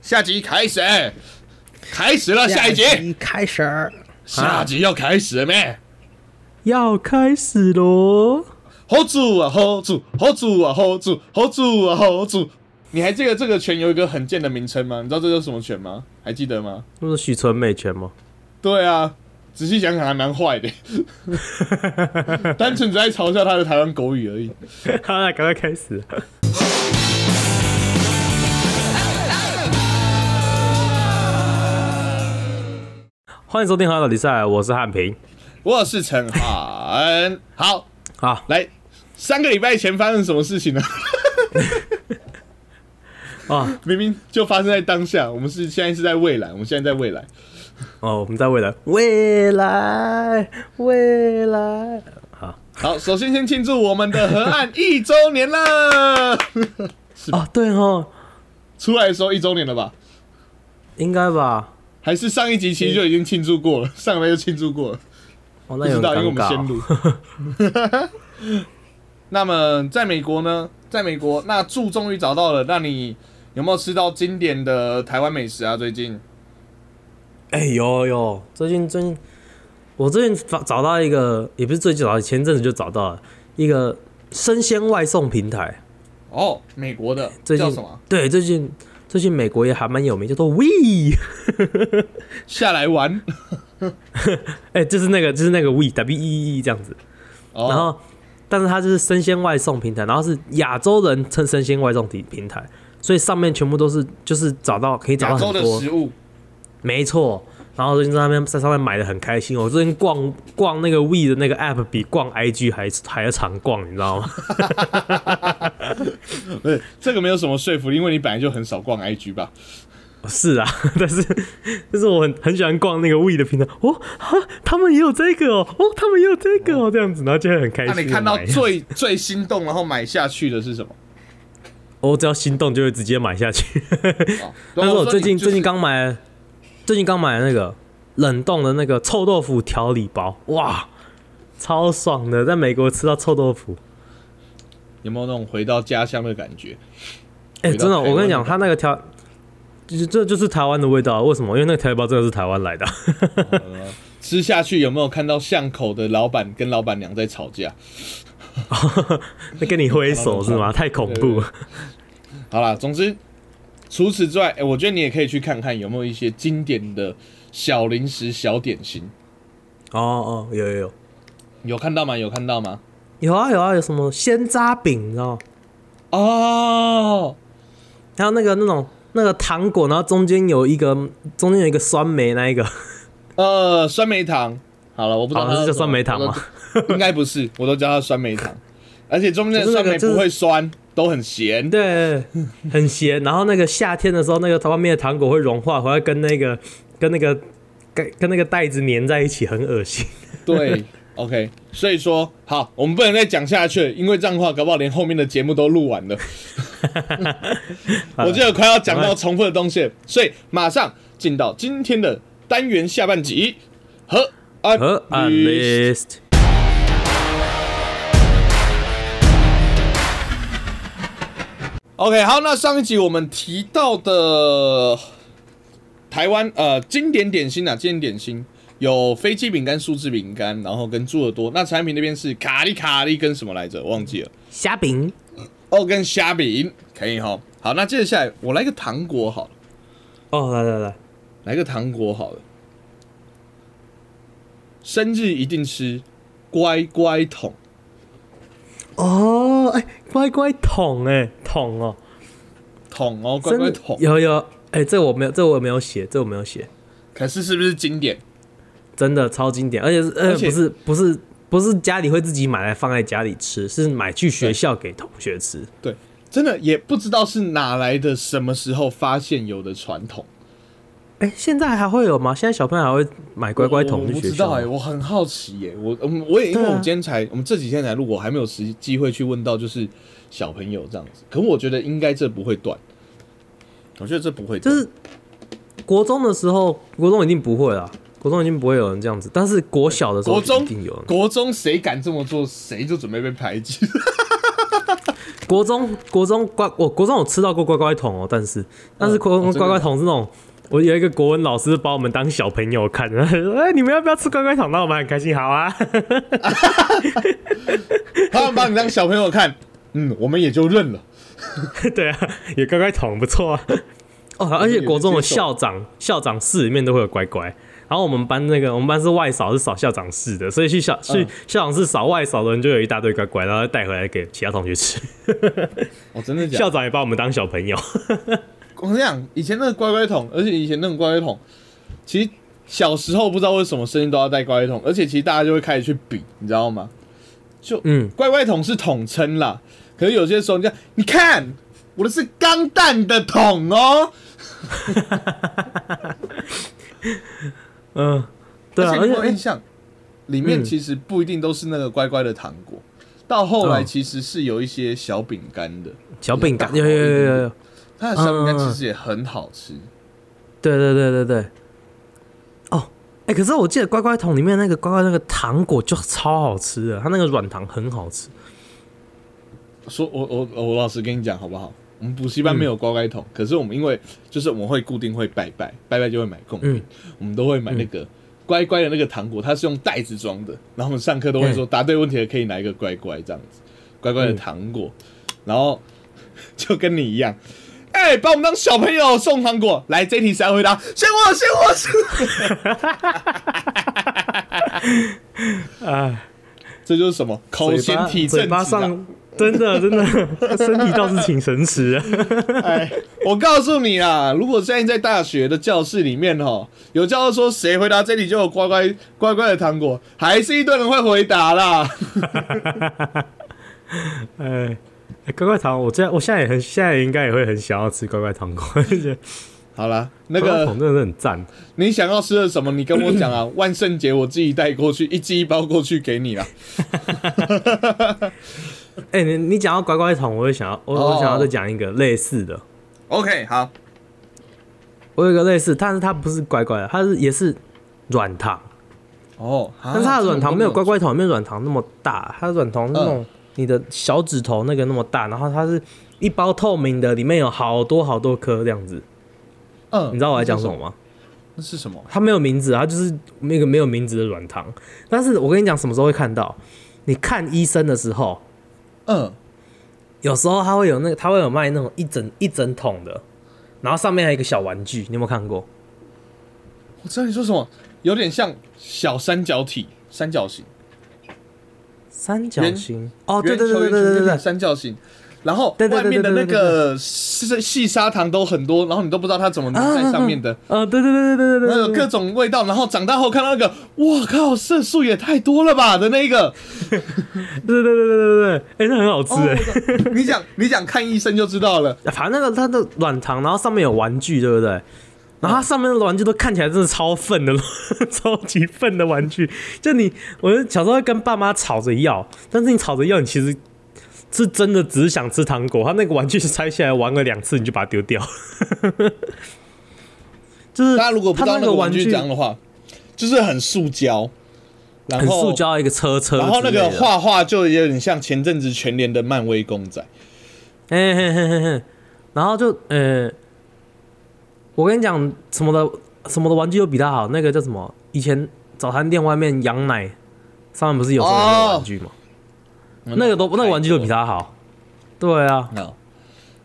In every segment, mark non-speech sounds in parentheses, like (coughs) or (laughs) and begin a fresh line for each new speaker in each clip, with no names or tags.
下集开始，开始了， (laughs) 下一集，
开始，
下集要开始了咩？
要开始喽！
hold 住啊，hold 住，hold 住啊，hold 住，hold 住啊，hold 住。你还记得这个拳有一个很贱的名称吗？你知道这叫什么拳吗？还记得吗？
那是许纯美拳吗？ (laughs)
对啊，仔细想想还蛮 (laughs) 坏的，单纯只在嘲笑他的台湾狗语而已。
好了，赶快开始。欢迎收听《好好比赛》，我是汉平。
我是陈涵，好，
好，
来，三个礼拜前发生什么事情呢？
哦
明明就发生在当下，我们是现在是在未来，我们现在在未来。
哦，我们在未来，未来，未来。好
好，首先先庆祝我们的河岸一周年了， (laughs)
哦，对哦，
出来的时候一周年了吧？
应该吧？
还是上一集其实就已经庆祝过了， (laughs) 上礼拜就庆祝过了，
哦，
不
那
知
有
道，因为我
点尴
们先
尬哦。
录。 (laughs) 那么在美国呢，在美国，那住终于找到了，那你有没有吃到经典的台湾美食啊？最近
哎、有有，最近最近，我最近找找到一个，也不是最近找到，前阵子就找到了一个生鲜外送平台。
哦，美国的
最近
叫什么？
对，最近最近美国也还蛮有名，叫做 We，
下来玩。
(laughs) 哎、就是那个就是那个 We W E E 这样子。
哦、
然后，但是它就是生鲜外送平台，然后是亚洲人称生鲜外送平平台，所以上面全部都是就是找到可以找
亚
到
洲
很
的
多
食物，
没错。然后最近在那边在上面买的很开心，我最近逛逛那个 We 的那个 App 比逛 IG 还还要常逛，你知道吗？ (laughs)
不是这个没有什么说服力，因为你本来就很少逛 IG 吧？
是啊，但是 (laughs) 但是我很很喜欢逛那个 We 的平台，哦哈，他们也有这个哦，哦，他们也有这个哦，这样子，然后就会很开
那
心。
啊你看到
买 (laughs)
最最心动，然后买下去的是什么？
哦我只要心动就会直接买下去。
哦、
但是我最近
你就是
最近刚买了，最近刚买了那个冷冻的那个臭豆腐调理包，哇，超爽的！在美国吃到臭豆腐，
有没有那种回到家乡的感觉？
哎、
回到
真的，
台湾
我跟你
的
讲，
感
它那个调，就是这就是台湾的味道。啊为什么？因为那个调理包真的是台湾来的。啊
吃下去有没有看到巷口的老板跟老板娘在吵架？
(laughs) 那跟你挥手是吗？太恐怖了。
好啦，总之除此之外，哎、我觉得你也可以去看看有没有一些经典的小零食、小点心，
哦哦，有有有。
有看到吗？有看到吗？
有啊有啊，有什么鲜扎饼，你知道吗？
哦，
还有那个那种那个糖果，然后中间有一个中间有一个酸梅那一个，
呃，酸梅糖。好了，我不知道
哦
它
是叫
什么
酸梅糖吗？
我都应该不是，我都叫它酸梅糖。而且中间的酸梅
就是那个就是
不会酸，都很咸。
对，很咸。然后那个夏天的时候，那个外面的糖果会融化，回来跟那个跟那个跟跟那个袋子粘在一起，很恶心。
对，OK。所以说，好，我们不能再讲下去了，因为这样的话，搞不好连后面的节目都录完了。我记得快要讲到重复的东西了，所以马上进到今天的单元下半集和啊
和 u n l i s t
，OK。好，那上一集我们提到的台湾呃经典点心啊，经典点心。有飞机饼干、苏制饼干，然后跟猪耳朵。那产品那边是卡利卡利跟什么来着？我忘记了。
虾饼
哦，跟虾饼可以哈。好，那接下来我来个糖果好了，
哦，来来来，
来个糖果好了。生日一定吃乖乖桶，
哦，哎，乖乖桶哎、桶哦，
桶哦，乖
真
乖
的
桶。
有有哎、这我没有，这我没有写，这我没有写，
可是是不是经典？
真的超经典，而且是呃
而且
不是不是不是家里会自己买来放在家里吃，是买去学校给同学吃。
对，真的也不知道是哪来的，什么时候发现有的传统。
哎、现在还会有吗？现在小朋友还会买乖乖
我
桶
我
去
不
学
知
校
道
吗？
哎、我很好奇耶、我嗯我也因为
对啊
我今天才，我们这几天才录，我还没有时机会去问到就是小朋友这样子。可我觉得应该这不会断，我觉得这不会断，
就是国中的时候，国中一定不会啦，国中已经不会有人这样子，但是国小的时候
国中
一定有人。
国中谁敢这么做，谁就准备被排挤。
国国中国中乖，我国中有吃到过乖乖桶哦，但是但是国中
哦真的
乖乖桶是那种。我有一个国文老师把我们当小朋友看， (laughs) 然后说：“哎、你们要不要吃乖乖桶？”那我们很开心，好啊。
(laughs)
(laughs)
他们把你当小朋友看，嗯，我们也就认了。
对啊，有乖乖桶不错啊。哦，而且国中的校长校长室里面都会有乖乖。然后我们班那个我们班是外扫，是扫校长室的，所以去校去
嗯
校长室扫外扫的人就有一大堆乖乖，然后带回来给其他同
(laughs)
学吃。
啊哦，真的假
校
的？
长也把我们当小朋友。
我跟你讲，以前那个乖乖桶，而且以前那种乖乖桶，其实小时候不知道为什么生日都要带乖乖桶，而且其实大家就会开始去比，你知道吗？就
嗯，
乖乖桶是统称啦，可是有些时候你看，你看我的是钢弹的桶哦，
嗯，对啊，
而且
而
你有没有哎印
且
象，里面
嗯
其实不一定都是那个乖乖的糖果，到后来
嗯
其实是有一些小饼干的，
小饼干有有有有有，
它的小饼干
嗯嗯嗯
其实也很好吃。
对对对对对。哦，哎、可是我记得乖乖桶里面那个乖乖那个糖果就超好吃的，它那个软糖很好吃。
说我我我老实跟你讲好不好？我们补习
嗯
班没有乖乖桶，可是我们因为就是我们会固定会拜拜，拜拜就会买贡品，
嗯
我们都会买那个乖乖的那个糖果，它是用袋子装的。然后我们上课都
嗯
会说，答对问题的可以拿一个乖乖这样子，乖乖的糖果。然后 (laughs) 就跟你一样，哎、把我们当小朋友送糖果。来，这一题谁要回答？选我，选我，选我。
(laughs) 哎。
(laughs) 这就是什么口
嘴
嫌
巴
体
嘴
正直、
巴
啊。
上真的 (laughs) 真的身体倒是挺诚实啊。
(laughs) 哎，我告诉你啦，如果现在在大学的教室里面哦，有教授说谁回答这里就有乖乖乖乖的糖果，还是一堆人会回答啦。
哎，哎乖乖糖，我现在我现在也很现在应该也会很想要吃乖乖 (laughs) 糖果，而且
好啦，那
乖乖
个
糖真的是很赞。
你想要吃的什么，你跟我讲
(coughs)
啊。万圣节我自己带过去，一寄一包过去给你啦。
哎、你你讲到乖乖糖，我也想要我、
哦
我想要再讲一个类似的，
OK，好，
我有一个类似，但是它不是乖乖的，它是也是软糖，
哦，但
但是它的软糖没有乖乖糖里面软糖那么大，它的软糖是那种你的小指头那个那么大，然后它是一包透明的，里面有好多好多颗这样子，
嗯，
你知道我在讲什么吗？
那是什么？
它没有名字啊，它就是那个没有名字的软糖。但是我跟你讲，什么时候会看到？你看医生的时候，
嗯，
有时候他会有那个，他会有卖那种一整一整桶的，然后上面还有一个小玩具，你有没有看过？
我知道你说什么，有点像小三角体、三角形。
三角形哦，对
圆
对
球圆球
对对对对
有
对
点，三角形，然后
对对
外
对
面的那
对对对
个细细砂糖都很多，然后你都不知道它怎么粘在上面的，
呃，对对对对对
那
对
有
对
各
对，
种味道。然后长大后看到那个，哇靠，色素也太多了吧的那个，
对对对对对对，哎，那很好吃
哦
哎。
我懂你讲你讲看医生就知道了。
反正那个它的软糖，然后上面有玩具，对不对？然后它上面的玩具都看起来真的超粪的， (laughs) 超级粪的玩具。就你，我小时候会跟爸妈吵着要，但是你吵着要，你其实是真的只想吃糖果。它那个玩具是拆下来玩个两次，你就把它丢掉。 (laughs) 就是
大家如果不知道
它
那
个
个玩具
具
讲的话，就是很塑胶，然
很
后
塑，胶一个车车，
然后那个，画画就有点像前阵子全联的漫威公仔。
嘿嘿嘿嘿嘿，然后就呃，我跟你讲什么的什么的玩具都比它好，那个叫什么？以前早餐店外面羊奶上面不是有时候有那
哦
个玩具吗？那个都
嗯
那个玩具都比它好。对啊，
啊，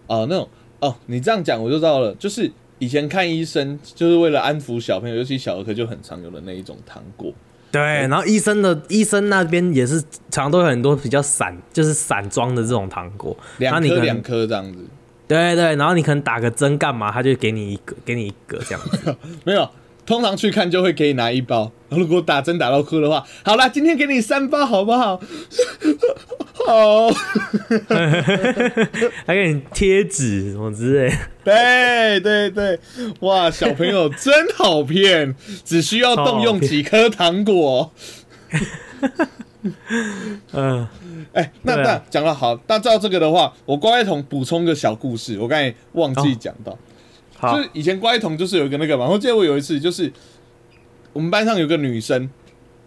哦，那种哦，你这样讲我就知道了，就是以前看医生就是为了安抚小朋友，尤其小儿科就很常有的那一种糖果。
对，啊然后医生的医生那边也是常都有很多比较散，就是散装的这种糖果。然后
两
你可
颗
能
两颗这样子，
对对，然后你可能打个针干嘛，他就给你一个，给你一个这样
(laughs)
子。
没有，通常去看就会给你拿一包。然后如果打针打到哭的话，好啦，今天给你三包好不好？ (laughs) 好，
还给你贴纸什么之类的，
对对对，哇，小朋友真好骗，只需要动用几颗糖果。
嗯、
哎、那
对啊
那讲的好，那照这个的话，我乖乖桶补充个小故事，我刚才忘记讲到。
哦好
就，是以前乖桶就是有一个那个嘛，我记得我有一次就是我们班上有个女生，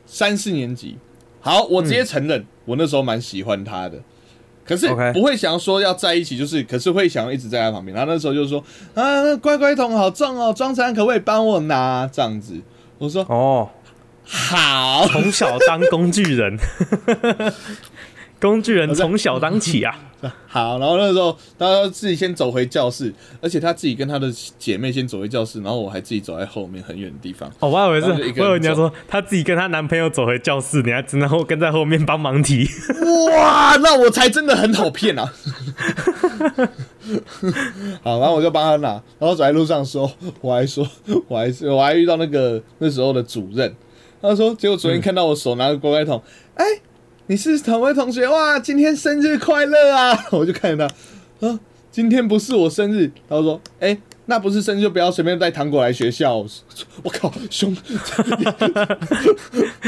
三四年级，好，我直接承认、我那时候蛮喜欢她的，可是
嗯 OK
不会想要说要在一起，就是可是会想要一直在他旁边。然后那时候就说啊，那乖乖桶好重哦，装餐可不可以帮我拿？这样子，我说
哦，
好，
从小当工具人， (laughs) 工具人从小当起啊。
(laughs) 好，然后那时候他自己先走回教室，而且他自己跟他的姐妹先走回教室，然后我还自己走在后面很远的地方。
(laughs) 哦，我还以为是，
然后就一个人
我以为你要说她自己跟她男朋友走回教室，你还真的后跟在后面帮忙提。 (laughs)
哇，那我才真的很好骗啊！好，然后我就帮他拿，然后走在路上的时候，我还说， (laughs) 我还是我还遇到那个那时候的主任，他说，结果昨天看到我手拿个锅盖桶，哎、你是同位同学哇，今天生日快乐啊！ (laughs) 我就看着他，啊，今天不是我生日，他说，哎、那不是生日就不要随便带糖果来学校。我说 (laughs) 我靠，凶！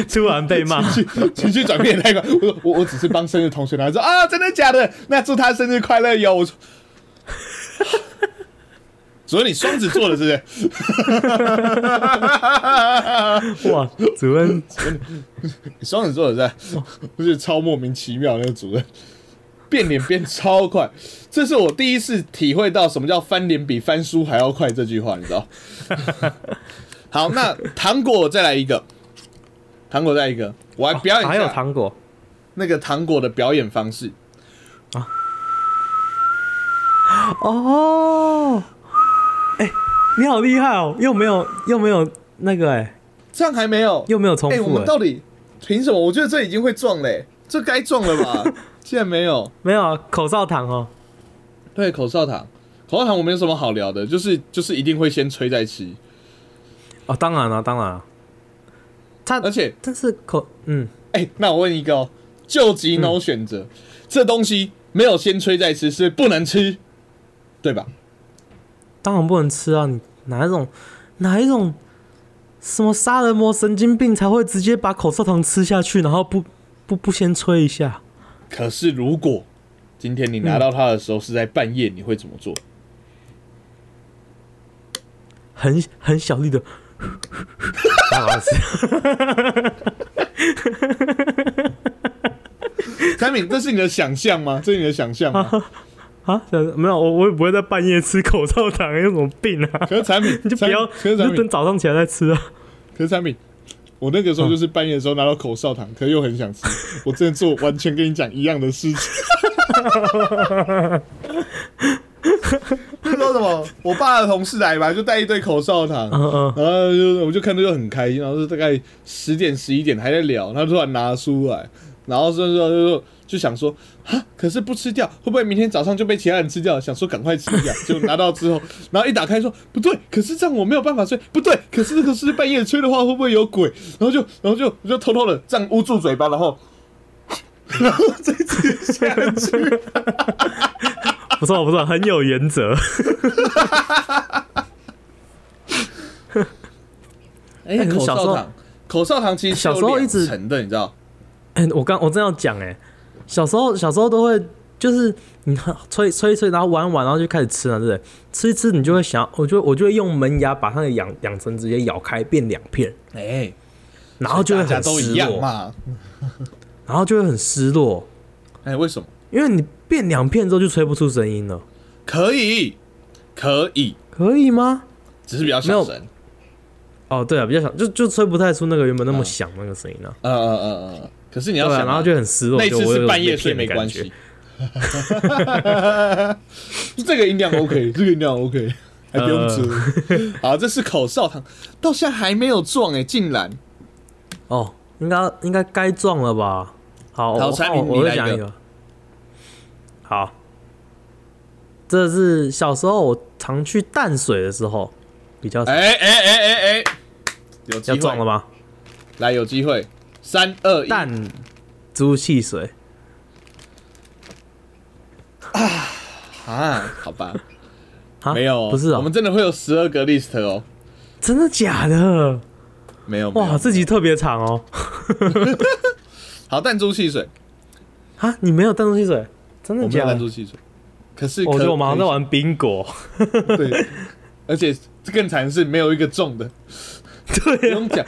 突然被 (laughs) 骂，
(laughs) 情绪情绪转变也太快。我说我我只是帮生日同学拿，他说啊，真的假的？那祝他生日快乐哟！我说， (laughs) 所以你双子座的是不是？ (laughs)
哇！主任，
你双子座的是不是，就是超莫名其妙那个主任。变脸变超快，这是我第一次体会到什么叫翻脸比翻书还要快这句话，你知道？ (laughs) 好，那糖果再来一个，糖果再来一个，我还表演一
啊还有
下
糖果，
那个糖果的表演方式。
哦，哎、你好厉害哦，又没有又没有那个哎、
这样还没有，
又没有重
哎、我
复
们
哎、
到底凭什么？我觉得这已经会撞嘞、这该撞了
(laughs)
吧？竟然没有。
没有啊，口哨糖哦，
对，口哨糖，口哨糖我没有什么好聊的，就是就是一定会先吹再吃，
哦，当然了、当然了、他
而且
但是口嗯，
哎、那我问一个哦，救急 no 选择，这东西没有先吹再吃是不能吃，对吧？
当然不能吃啊，你哪一种哪一种什么杀人魔神经病才会直接把口哨糖吃下去，然后不不不先吹一下？
可是如果今天你拿到它的时候是在半夜，你会怎么
(laughs)
做？
很很小力的，然后把它吃
产品，这是你的想象吗？这是你的想象
(laughs)
吗？
(laughs) 啊，没有，我我也不会在半夜吃口哨糖，有什么病啊？
可是产品，
你就不要，
可
你
是产
就
品
等，早上起来再吃啊。
可是产品，我那个时候就是半夜的时候拿到口哨糖，可是又很想吃，我真的做完全跟你讲一样的事情。 (laughs) 那时候什么，我爸的同事来吧，就带一堆口哨糖，
嗯嗯，
然后就我就看着就很开心，然后就大概十点十一点还在聊，他突然拿出来，然后说说就说就想说啊，可是不吃掉会不会明天早上就被其他人吃掉？想说赶快吃掉，结果拿到之后，然后一打开说不对，可是这样我没有办法吹，不对，可是这个是半夜吹的话会不会有鬼？然后就然后就我就偷偷的这样捂住嘴巴，然后然后再吃下去。
不错不错，很有原则。
哎、
可是
口
小时
哨
候
糖，口哨糖其实是有
小时候一直
两层的，你知道？
哎、我刚我正要讲哎、小时候小时候都会就是你看吹吹一吹，然后玩一玩，然后就开始吃了，对不对？吃一吃你就会想，我就我就会用门牙把它的两两层直接咬开变两片，
哎、
然后就会
大家
很
都
失
一样
落，
嘛。
然后就会很失落，
哎、为什么？
因为你变两片之后就吹不出声音了，
可以，可以，
可以吗？
只是比较小声。
哦，对啊，比较想就就吹不太出那个原本那么
嗯
响那个声音了、
呃呃呃呃，可是你
对
要
啊，
想啊、
然后就很失落。
那一
就
次
我有
是半夜
被
睡
骗的
没
感
关
觉
系。 (laughs) 这个音量 OK，这个音量 OK，还不
呃
用遮。好，这是口哨糖，到现在还没有撞哎、竟然
哦，应该应该该撞了吧？好，
好
我
蔡
我
明
我
你
再
来一
讲一
个
个。好，这是小时候我常去淡水的时候比较
哎哎哎哎哎，有机
要撞了
会，
吗？
来有机会，三二一，
淡珠汽水，
啊，好吧，
啊
没有哦，
不是啊、
我们真的会有十二个 list 哦，
真的假的？
没有，没有
哇，自己特别长哦！
好弹珠汽水，
啊，你没有淡珠汽水，
我
真的
没有
假
弹
的
珠？汽水，可是
我觉
可
得哦我们好像
可
在
以
玩冰果，
对，而且更惨的是没有一个中的，不
(laughs) 对啊
用讲，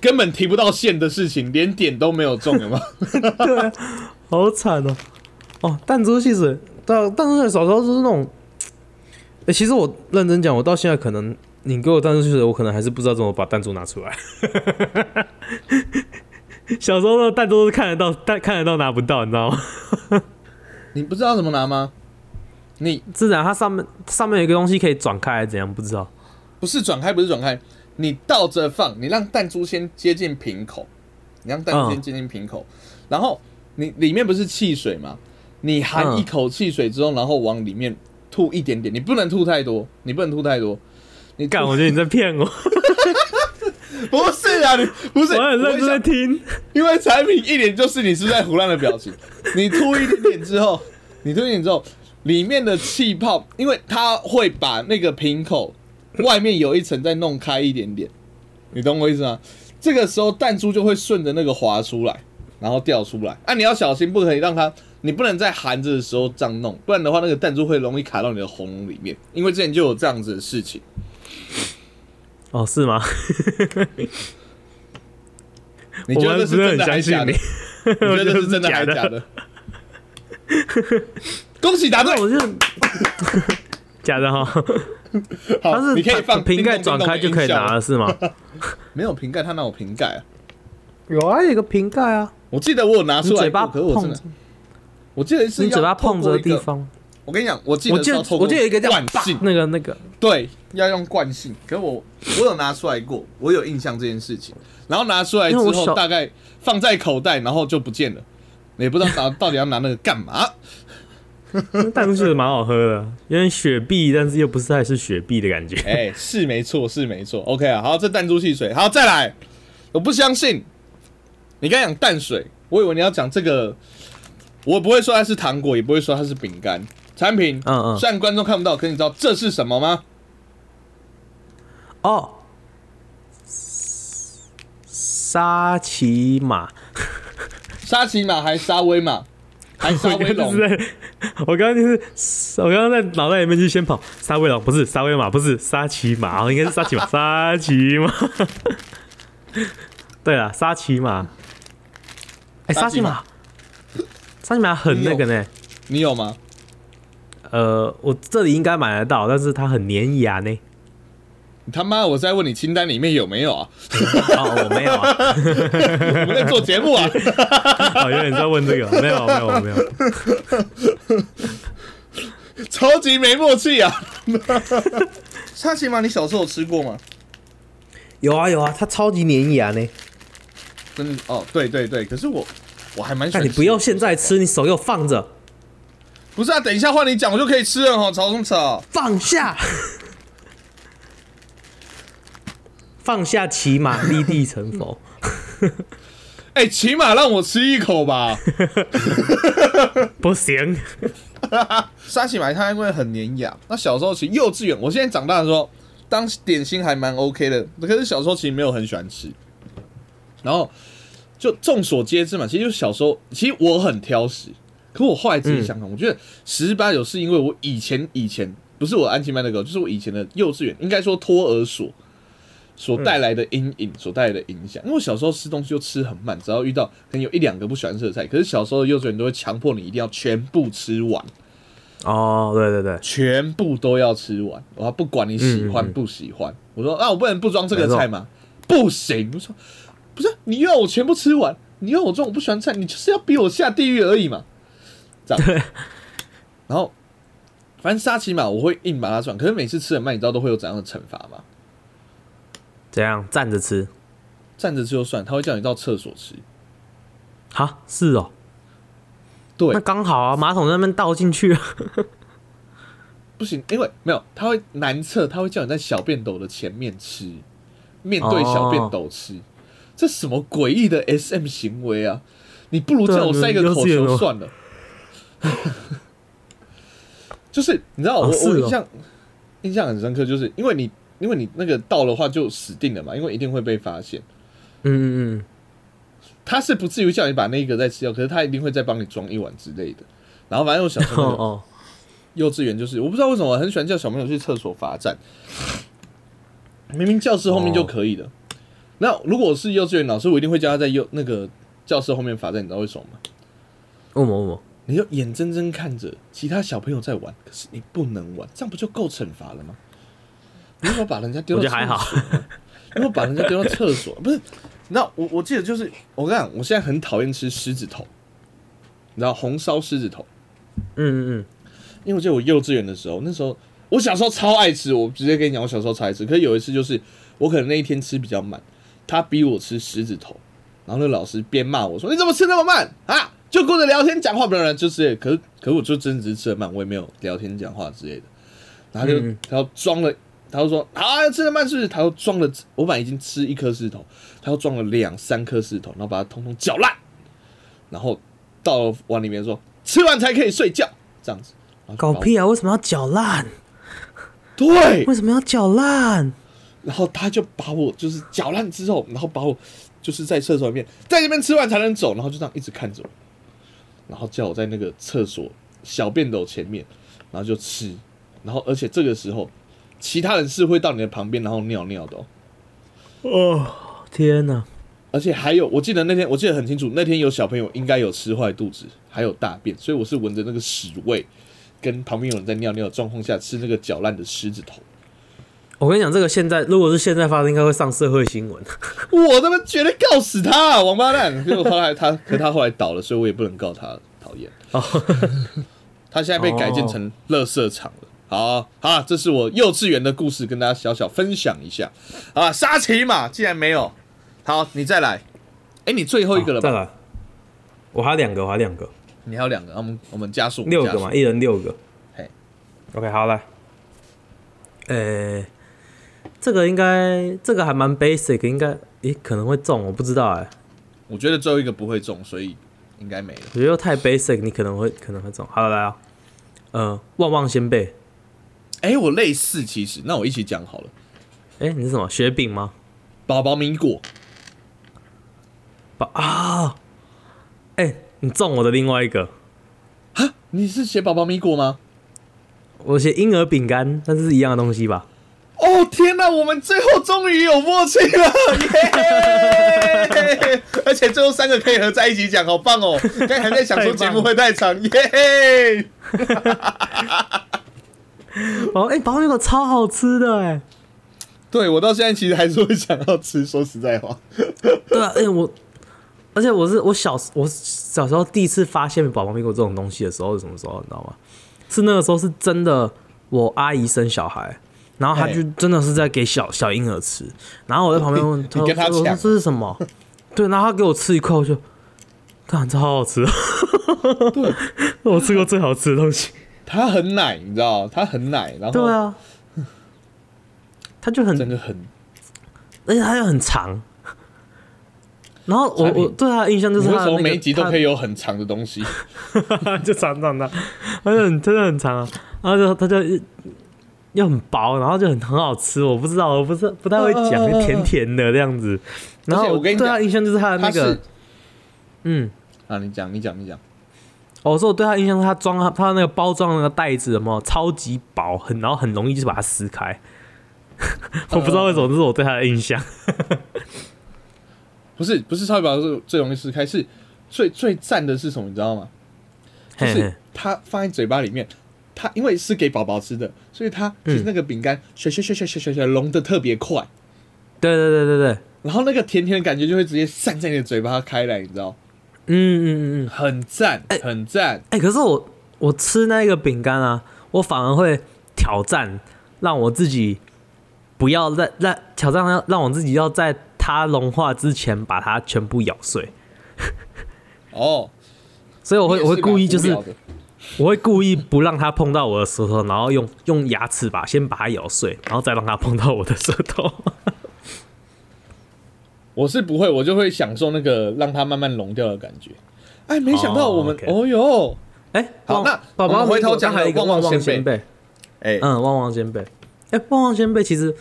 根本提不到线的事情，连点都没有中，有吗？
对啊，好惨哦！哦，弹珠汽水，但啊弹珠汽水小时候就是那种，哎、其实我认真讲，我到现在可能你给我弹珠汽水，我可能还是不知道怎么把弹珠拿出来。 (laughs) 小时候的弹珠都是看得到，但看得到拿不到，你知道吗？
(laughs) 你不知道怎么拿吗？你
自啊然它上面上面有一个东西可以转开，还是怎样？不知道。
不是转开，不是转开，你倒着放，你让弹珠先接近瓶口，你让弹珠
嗯
先接近瓶口，然后你里面不是汽水吗？你含
嗯
一口汽水之后，然后往里面吐一点点，你不能吐太多，你不能吐太多。你
干，
吐
我觉得你在骗 (laughs) 我，
不是啊，你不是，
我很认真
我
在
想
听。
因为产品一脸就是你是不是在胡乱的表情。你吐一点点之后，你吐一点点之后，里面的气泡，因为它会把那个瓶口外面有一层再弄开一点点，你懂我意思吗？这个时候弹珠就会顺着那个滑出来，然后掉出来。啊，你要小心，不可以让它，你不能在含着的时候这样弄，不然的话那个弹珠会容易卡到你的喉咙里面，因为之前就有这样子的事情。
哦，是吗？
(laughs) 你觉得这是真的还是假的？
我
你觉得这是真的还是假的？恭喜答对
那！我就假的哈，
好
它是
哦你可以放
瓶盖
叮咚
转
叮咚
开就可以
的音效
拿了，是吗？
没有瓶盖，他哪有瓶盖啊？
有啊，有一个瓶盖
(laughs)
啊，
我记得我有拿出
你
来过，
嘴巴
可是我真
碰
的
着，，
我记得是
你嘴巴
要透
碰着
过
的
一
地
个。
方，
我跟你讲，我记得
我记得
是要透过
我记得有一个这样
惯性，
那个那个，
对，要用惯性。可我我有拿出来过，我有印象这件事情。然后拿出来之
因为我
后，
小
大概放在口袋，然后就不见了，也不知道拿到底要拿那个干嘛。
那弹珠确实蛮好喝的，有点雪碧，但是又不是太是雪碧的感觉。
哎、是没错，是没错。OK 啊，好，这弹珠汽水，好，再来。我不相信，你刚讲淡水，我以为你要讲这个，我不会说它是糖果，也不会说它是饼干产品。
嗯嗯
虽然观众看不到，可你知道这是什么吗？
哦，沙琪玛，
沙琪玛还是沙威玛，还是沙
我
威
刚刚就
龙
是？在，我刚刚就是，我刚刚在脑袋里面就先跑沙威龙，不是沙威玛，不是沙琪玛，哦应该是沙 (laughs) 琪玛，沙琪玛。对了，沙琪玛，哎、
沙
沙
琪
琪
玛
玛，沙琪玛很那个呢。
你有吗？
呃，我这里应该买得到，但是它很粘牙呢。
你他妈！我在问你清单里面有没有啊？
(laughs) 哦，我没有啊，
我们在做节目啊！
(laughs) 哦，原来你在问这个，没有，没有，我没有。
超级没默契啊！ (laughs) 沙琪玛，你小时候有吃过吗？
有啊有啊，它超级粘牙呢。
真的哦，对对对，可是我我还蛮喜
但
欢
你
吃的。
不要现在吃，你手又放着，
不是啊，等一下换你讲，我就可以吃了哈，吵什么吵？
放下， (laughs) 放下骑马，立地成佛。
哎、起码让我吃一口吧。
(laughs) 不行，
沙琪玛它因为很粘牙，那小时候其实幼稚园，我现在长大的时候，当点心还蛮 OK 的，可是小时候其实没有很喜欢吃。然后就众所皆知嘛，其实就小时候，其实我很挑食，可我后来自己想想，我觉得十之八九是因为我以前以前不是我安亲班的狗，就是我以前的幼稚园，应该说托儿所所带来的阴影，所带来的影响。因为我小时候吃东西就吃很慢，只要遇到可能有一两个不喜欢吃的菜，可是小时候的幼稚园都会强迫你一定要全部吃完。
哦，对对对，
全部都要吃完，我说不管你喜欢不喜欢。我说啊那我不能不装这个菜吗？不行，我说不是你又要我全部吃完，你又要我装我不喜欢的菜，你就是要逼我下地狱而已嘛，这样。然后反正沙琪玛我会硬把它吃完，可是每次吃很慢，你知道都会有怎样的惩罚吗？
怎样站着吃？
站着吃就算，他会叫你到厕所吃。
哈，是哦，
对
那，刚好啊，马桶那边倒进去啊。
不行，因为没有，他会男厕，他会叫你在小便斗的前面吃，面对小便斗吃，
哦
这什么诡异的 S M 行为啊！你不如
对啊
叫我塞一
你
个
们
口
幼稚园
球
哦
算了。 (laughs) 就是你知道，我、
哦是
我
哦
印象印象很深刻，就是因为你因为你那个到的话就死定了嘛，因为一定会被发现。
嗯嗯
他是不至于叫你把那个再吃掉，可是他一定会再帮你装一碗之类的。然后反正我小时
嗯，
候那
(laughs) 哦
个
哦，
幼稚园就是，我不知道为什么我很喜欢叫小朋友去厕所罚站，明明教室后面就可以的。那如果是幼稚园老师，我一定会叫他在幼那个教室后面罚站，你知道为什么吗？
哦问我问我，
你就眼睁睁看着其他小朋友在玩，可是你不能玩，这样不就够惩罚了吗？你有没有把人家丢
我
到
觉
厕
得还
所？
好，
你有没有把人家丢到厕所？不是，那我我记得就是我跟你讲，我现在很讨厌吃狮子头，你知道红烧狮子头，
嗯嗯
因为我记得我幼稚园的时候，那时候我小时候超爱吃，我直接跟你讲，我小时候超爱吃。可是有一次就是我可能那一天吃比较慢，他逼我吃狮子头，然后那老师边骂我说：“你怎么吃那么慢啊？”就顾着聊天讲话，不然就之类的。可是可是我就真的只是吃的慢，我也没有聊天讲话之类的。然后他就、
嗯
他要装了，他就说：“啊，吃的慢是不是？”他又装了，我本来已经吃一颗狮子头，他又装了两三颗狮子头，然后把它通通搅烂，然后到了碗里面说：“吃完才可以睡觉。”这样子。然后就
嗯，搞
把我
屁啊！为什么要搅烂？
对，
为什么要搅烂？
然后他就把我就是搅烂之后，然后把我就是在厕所里面，在这边吃完才能走，然后就这样一直看着我，然后叫我在那个厕所小便斗前面，然后就吃，然后而且这个时候其他人是会到你的旁边然后尿尿的、哦，
哦，天哪！
而且还有我记得那天我记得很清楚，那天有小朋友应该有吃坏肚子，还有大便，所以我是闻着那个屎味，跟旁边有人在尿尿的状况下吃那个搅烂的狮子头。
我跟你讲，这个现在如果是现在发生，应该会上社会新闻。
我他妈觉得告死他、啊，王八
(laughs)
蛋！结果后来他，可他后来倒了，所以我也不能告他，讨厌。
哦，
(laughs) 他现在被改建成垃圾场了。好，好啦，这是我幼稚园的故事，跟大家小小分享一下。啊，沙琪玛既然没有，好，你再来。哎、你最 (laughs) 后一个了
再
吧？
来，我还有两个，我还有两个，
你还有两个，啊我们我们加速
六个？
加
嘛，
速
一人六个
嘿。
OK，好来，呃、这个应该这个还蛮 basic，应该诶可能会中，我不知道哎、
我觉得最后一个不会中，所以应该没了。
我觉得又太 basic，你可能会可能会中。好来啊，呃，旺旺仙贝，
哎、我类似其实，那我一起讲好了。
诶，你是什么雪饼吗？
宝宝米果，
吧啊，诶，你中我的另外一个，
你是写宝宝米果吗？
我写婴儿饼干，但是一样的东西吧？
哦天哪，我们最后终于有默契了，
(laughs)
耶！而且最后三个可以合在一起讲，好棒哦！刚才还在想说节目会太长，耶！
哦，诶，宝宝果超好吃的哎、
对我到现在其实还是会想要吃，说实在话，
对啊，哎、我，而且我是我小我小时候第一次发现宝宝苹果这种东西的时候是什么时候？你知道吗？是那个时候是真的，我阿姨生小孩，然后她
哎
就真的是在给小小婴儿吃，然后我在旁边问
(laughs)
她，
你跟她
我说
抢
这是什么？对，然后她给我吃一块，我就，看这好好吃，啊 (laughs) 我吃过最好吃的东西。
它很奶，你知道，它很奶，然
对
后
啊，它就很
真的很，
而且它又很长。然后我
产品
我对它啊的印象就
你
是
为
它
什
的
么
那个
每一集都
它
可以有很长的东西？
就长长的， (laughs) 而且很真的很长啊，然后就它就又很薄，然后就很很好吃，我不知道，我不是不太会
嗯
讲，
嗯嗯嗯
就甜甜的这样子。然
而且
后
我跟你
对它啊
讲
印象就是它的
它
那
是
个，嗯，
啊，你讲，你讲，你讲，
哦我说我对它印象是它装它它那个包装的那个袋子什么超级薄，很然后很容易就把它撕开。 (laughs) 我不知道为什么，这是我对它的印象。
不是不是超级宝是最容易撕开，是最最赞的是什么？你知道吗？就
嘿嘿
是它放在嘴巴里面，它因为是给宝宝吃的，所以它就是那个饼干，削削削削削削削融的特别快，
对对对对对，
然后那个甜甜的感觉就会直接散在你的嘴巴开来，你知道，
嗯嗯嗯嗯。
很赞，很赞。
哎、可是我我吃那个饼干啊，我反而会挑战，让我自己不要在在挑战让让我自己要在它融化之前把它全部咬碎，
哦，
所以我会我会故意就
你
是
也蛮无聊的
我会故意不让它碰到我的舌头，然后用用牙齿吧先把它咬碎，然后再让它碰到我的舌头。 (laughs)
我是不会，我就会享受那个让它慢慢融掉的感觉。哎，没想到我们，
哦
哦哟，
哎、
好
旺
那
宝
我们
宝
回头
刚
讲
还有一个
旺旺
旺旺
仙
仙
贝
贝。
哎，
嗯，旺旺仙贝。哎、旺旺仙贝其实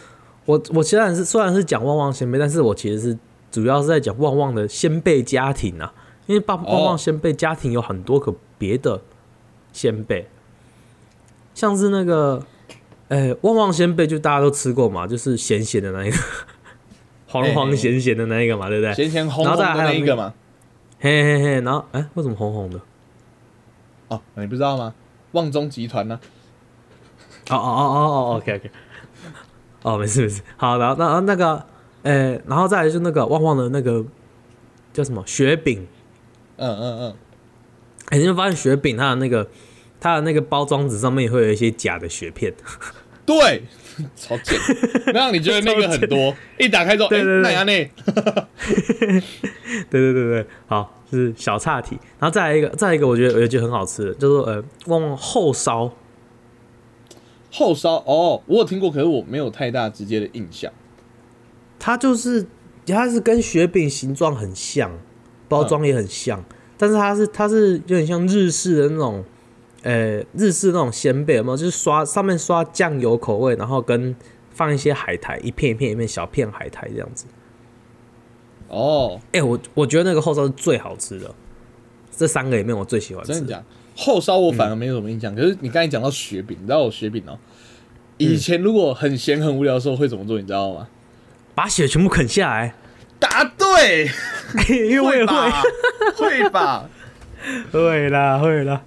我我虽然是虽然是讲旺旺仙贝，但是我其实是主要是在讲旺旺的仙贝家庭啊，因为旺旺旺仙贝家庭有很多个别的仙贝，像是那个哎、旺旺仙贝就大家都吃过嘛，就是咸咸的那一个， (laughs) 黄黄咸咸的那一个嘛，对不对？
咸咸红
然
红
后再
的
来还有
那一个嘛，
嘿嘿嘿，然后哎、为什么红红的？
哦，你不知道吗？旺中集团呢、
哦哦哦哦哦，OK OK，哦，没事没事，好，然后那那个，呃、然后再来就那个旺旺的那个叫什么雪饼，
嗯嗯嗯，
哎、你会发现雪饼它的那个它的那个包装纸上面也会有一些假的雪片， (laughs)
对，超贱，让你觉得那个很
(laughs)
多，一打开之后，哎
对对对，
那呀那，
对对对对，好，就是小岔题，然后再来一个，再来一个，我觉得我觉得很好吃的，叫做呃旺旺厚烧，
后烧哦，我有听过，可是我没有太大直接的印象。
它就是它是跟雪饼形状很像，包装也很像，但是它是它是有点像日式的那种，呃，日式那种鲜贝，有没有？就是刷上面刷酱油口味，然后跟放一些海苔，一片一片一片小片海苔这样子。
哦，
哎、我我觉得那个后烧是最好吃的，这三个里面我最喜欢吃。
真的假的？后烧我反而没什么印
嗯
象，可是你刚才讲到雪饼，你知道我雪饼哦，以前如果很闲很无聊的时候会怎么做，你知道吗？
把血全部啃下来，
答对，
因 (laughs) 为我也会。
吧？会吧？
(laughs) 会啦，会啦。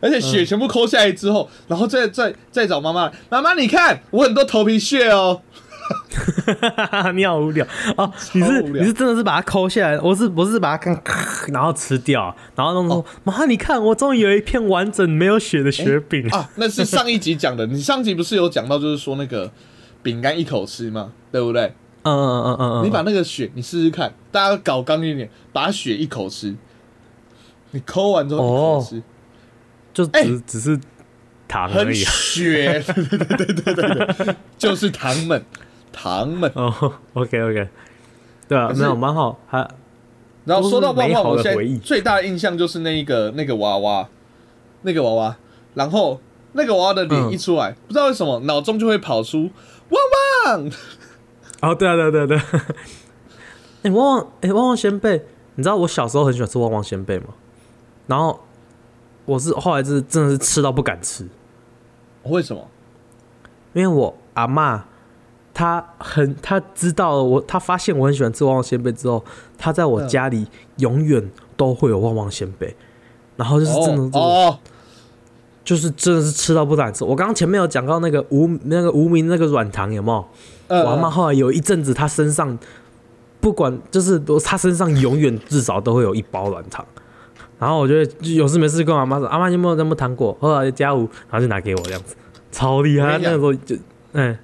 而且
嗯
血全部抠下来之后，然后再再再找妈妈来，妈妈你看我很多头皮屑哦。
你好无聊哦！你是
超无聊
你是真的是把它抠下来，我是我是把它看，咔然后吃掉，然后弄
哦
说妈、你看我终于有一片完整没有血的雪饼、
啊，那是上一集讲的。你上集不是有讲到，就是说那个饼干一口吃嘛，对不对？
嗯嗯嗯嗯嗯，
你把那个血，你试试看，大家搞刚一点，把血一口吃。你抠完之后一口吃，
就只、
哎
只是糖而
很
已啊。
血，对对对对对对，就是糖们，糖们。
(laughs) 哦，OK OK，对啊，
可是
没有蛮好，还
然后说到旺
都是美
旺，
好的
我现
回忆
在最大的印象就是那一个那个娃娃，那个娃娃，然后那个娃娃的脸
嗯
一出来，不知道为什么脑中就会跑出旺旺。
哦，对啊对啊对啊对 (laughs) 啊。哎、旺旺哎、旺旺仙贝，你知道我小时候很喜欢吃旺旺仙贝吗？然后我是后来是真的是吃到不敢吃。
为什么？
因为我阿嬷她很她知道我，她发现我很喜欢吃旺旺仙贝之后，她在我
嗯
家里永远都会有旺旺仙贝，然后就是真
哦
的是、
哦，
就是真的是吃到不敢吃。我刚刚前面有讲到那个无那个无名那个软糖有没有？
呃
我阿嬷后来有一阵子她身上不管就是她身上永远至少都会有一包软糖。然后我就会就有事没事跟我阿妈说：“啊阿妈，你有没有那么糖果？”后来就加五，然后就拿给我这样子，超厉害。
我跟你
那
讲
个时候就，嗯，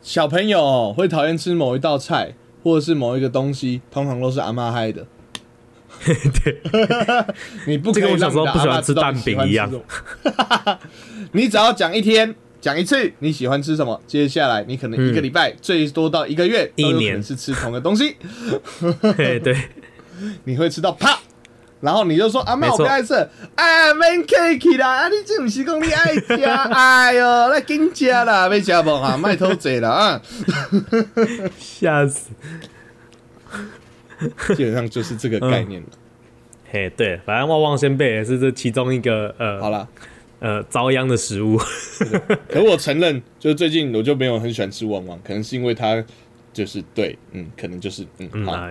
小朋友会讨厌吃某一道菜或者是某一个东西，通常都是阿妈害
(laughs)
的。对，你不可以
这跟我小
让
时候
你的阿
不喜
妈
欢吃
知道你
蛋饼
喜欢
一样
吃什么。 (laughs) 你只要讲一天，讲一次你喜欢吃什么，接下来你可能一个礼拜、最多到一个月，
一
都有可
年
能是吃同个东西，
对对。
你会吃到啪。然后你就说阿
没
妈
错
我不爱吃，哎，man cake 啦，啊你这不是讲你爱
(laughs)
吃，哎呦，来紧吃啦，要吃无啊，卖偷嘴啦啊，
吓死！
基本上就是这个概念了。
嘿，对，反正旺旺仙贝也是这其中一个
好
呃
啦，
呃遭殃的食物。
可我承认，就是最近我就没有很喜欢吃旺旺，可能是因为它就是对，嗯，可能就是嗯
嗯
好
啊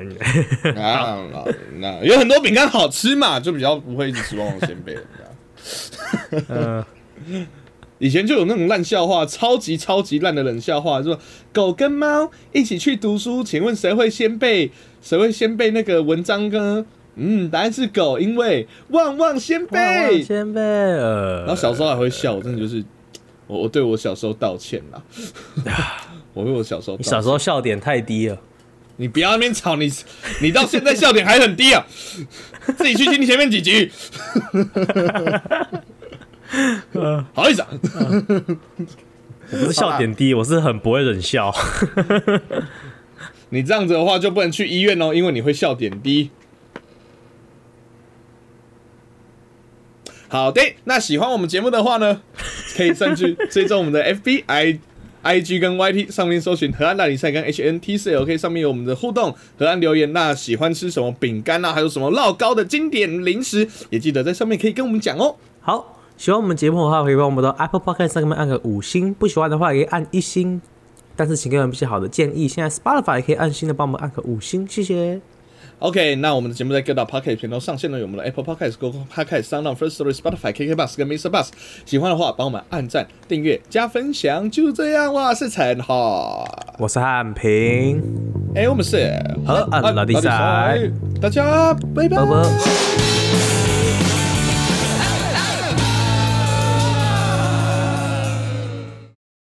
啊，啊那有很多饼干好吃嘛，就比较不会一直吃旺旺仙贝了。这样
呃，
以前就有那种烂笑话，超级超级烂的冷笑话，说狗跟猫一起去读书，请问谁会先背？谁会先背那个文章呢？嗯，答案是狗，因为旺旺先背。
旺旺仙贝，呃，
然后小时候还会笑，我真的就是我我对我小时候道歉啦， (laughs) 我为我小时候道
(laughs) 啊你
歉
小时候笑点太低了。
你不要那边吵，你你到现在笑点还很低啊！自己去听前面几集。
(laughs)
好意思啊，
(laughs) 我不是笑点低，我是很不会忍笑。 (laughs)
你这样子的话就不能去医院哦，因为你会笑点低。好的，那喜欢我们节目的话呢， (laughs) 可以上去追踪我们的 FB、I、IG 跟 YT 上面搜寻河岸大比赛跟 HNTCLK 上面有我们的互动河岸留言。那喜欢吃什么饼干啊，还有什么烙糕的经典零食，也记得在上面可以跟我们讲哦。
好，喜欢我们节目的话，可以帮我们到 Apple Podcast 上面按个五星；不喜欢的话，也可以按一星。但是请给我们一些好的建议。现在 Spotify 也可以按星的帮我们按个五星，谢谢。
OK，那我们的节目在各大 Podcast 频道上线了，有我们的 Apple Podcast、Google Podcast、Sound On、First Story、Spotify、KK Bus 跟 Mr. Bus。喜欢的话，帮我们按赞、订阅、加分享，就这样哇！是陈浩，
我是汉平，
哎、我们是
好了，按
啊
老弟
老弟
赛，
赛大家拜
拜
拜
拜。